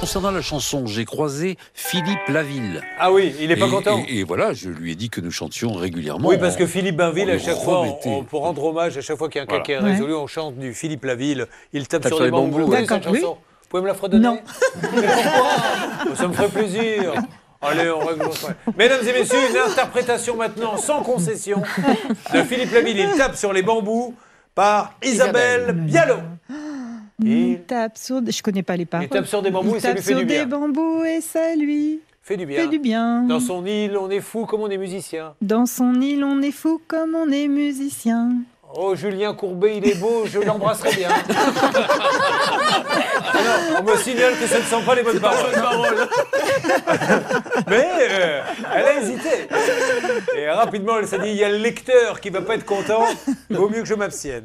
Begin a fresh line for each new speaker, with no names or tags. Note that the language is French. concernant la chanson, j'ai croisé Philippe Laville.
Ah oui, il n'est pas
Et-
content
et, et voilà, je lui ai dit que nous chantions régulièrement.
Oui, parce
en-
que Philippe Bainville,
on
à
le
chaque fois,
remettait.
on- pour rendre hommage, à chaque fois qu'il y a un cas
Voilà.
qui est
Ouais.
résolu, on chante du Philippe Laville. Il tape sur les bambous. Vous connaissez cette
D'accord, oui.
chanson Vous pouvez me la fredonner
Non.
Mais pourquoi Ça me ferait plaisir. Allez, on règle. notre problème. Mesdames et messieurs, une interprétation maintenant sans concession de Philippe Laville. Il tape sur les bambous par Isabelle Biallo. Il
Il tape sur... Je connais pas les paroles.
Il tape sur des bambous
Il
et ça
tape
lui fait
sur
du
des
bien.
bambous et ça lui
Fait du bien.
fait du bien.
Dans son île, on est fou comme on est musicien.
Dans son île, on est fou comme on est musicien.
Oh, Julien Courbet, il est beau, je l'embrasserai bien. Alors, on me signale que ça ne sent pas les bonnes paroles. Mais euh, elle a hésité. Et rapidement, elle s'est dit, il y a le lecteur qui va pas être content, vaut mieux que je m'abstienne.